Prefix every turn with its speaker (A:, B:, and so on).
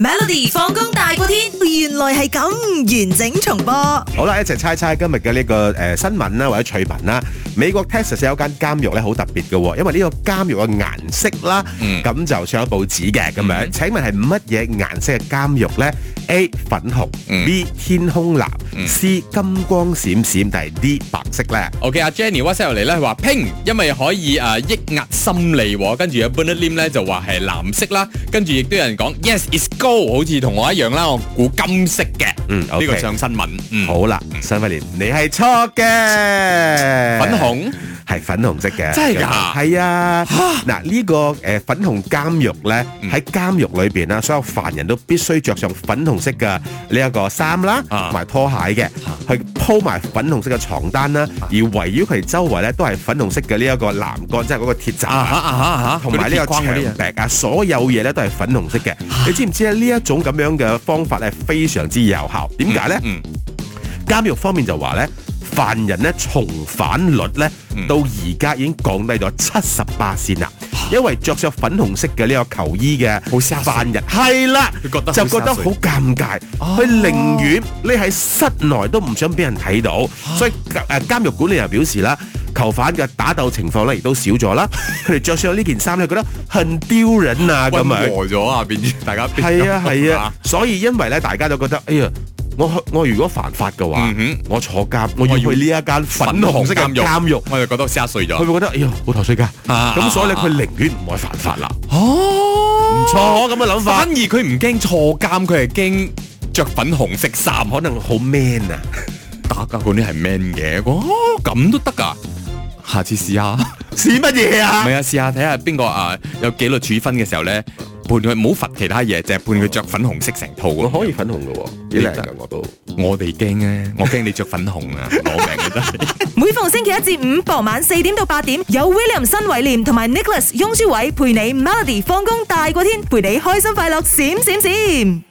A: Melody 放工大過天，原來係咁完整重播。
B: 好啦，一齊猜猜今日嘅呢個誒新聞啦，或者趣聞啦。美國 Texas 有間監獄咧好特別嘅喎，因為呢個監獄嘅顏色啦，咁、就上咗報紙嘅咁樣。請問係乜嘢顏色嘅監獄呢 a 粉紅、
C: 嗯
B: B 天空藍、C 金光閃閃，定係 D 白色呢？
C: OK，阿 Jenny WhatsApp 入嚟咧，佢話 pink，因為可以誒、呃抑壓心理喎，跟住阿 b e r n a Lim 咧就話係藍色啦，跟住亦都有人講 yes is gold，好似同我一樣啦，我估金色嘅，
B: 嗯
C: 呢
B: OK
C: 個上新聞，嗯，
B: 好啦，新威廉，你係錯嘅，粉
C: 粉紅。
B: 係粉紅色嘅，
C: 真係㗎
B: 係啊，嗱呢個誒粉紅監獄咧，
C: 嗯
B: 喺監獄裏邊啦，所有犯人都必須着上粉紅色嘅呢一個衫啦，
C: 啊
B: 同埋拖鞋嘅，去鋪埋粉紅色嘅床單啦，
C: 啊
B: 而圍繞佢周圍咧都係粉紅色嘅呢一個欄杆，即係嗰個鐵
C: 啊
B: 閘。
C: 哈啊哈啊哈，
B: 同埋呢個
C: 嗰啲
B: 牆
C: 鐵框嗰啲啊
B: 壁啊，所有嘢咧都係粉紅色嘅。你知唔知咧？呢一種咁樣嘅方法係非常之有效。點解呢？
C: 嗯，
B: 監獄方面就話咧，犯人咧重犯率咧
C: 嗯啊
B: 到而家已經降低咗七十八線啦。因為着上粉紅色嘅呢個球衣
C: 好
B: 嘅
C: 灑水
B: 犯人係啦，
C: 佢覺得好
B: 就覺得
C: 灑
B: 好
C: 水
B: 尷尬，
C: 哦
B: 佢寧願匿喺室內都唔想俾人睇到，所以誒監獄管理人表示啦。囚犯嘅打鬥情況咧，亦都少咗 啦。佢哋着上呢件衫咧，覺得很丟人啊咁
C: 温
B: 樣。
C: 和咗啊，變咗大家變咗
B: 係啊係 啊，，所以因為咧，大家都覺得，哎呀，我去我如果犯法嘅話，
C: 嗯哼
B: 我坐監，我要
C: 我
B: 去
C: 要
B: 呢一間粉紅色嘅監獄，
C: 我就覺得我碎
B: 佢
C: 咗，
B: 會覺得，哎呀，好頭水㗎，
C: 啊
B: 咁所以咧，佢寧願唔愛犯法啦，唔
C: 哦，
B: 錯咁嘅諗法
C: 反而，佢唔驚坐監，佢係驚着粉紅色衫。
B: 可能好 man 啊，
C: 打交嗰啲係 man 嘅，哦咁都得噶，下次試下，唔
B: 是乜嘢啊？
C: 係啊，試下睇下邊個啊有紀律處分嘅時候咧，判佢唔好罰其他嘢，淨係判佢着粉紅色成套
B: 我
C: 咁。
B: 可以粉紅嘅喎，幾
C: 啊你
B: 靚
C: 得
B: 㗎我都。
C: 我哋驚咧，我驚你着粉紅啊，攞命嘅真係。
A: 每逢星期一至五傍晚四點到八點，有 William 新偉廉同埋 Nicholas 雍舒偉陪你 Melody 放工大過天，陪你開心快樂閃閃閃。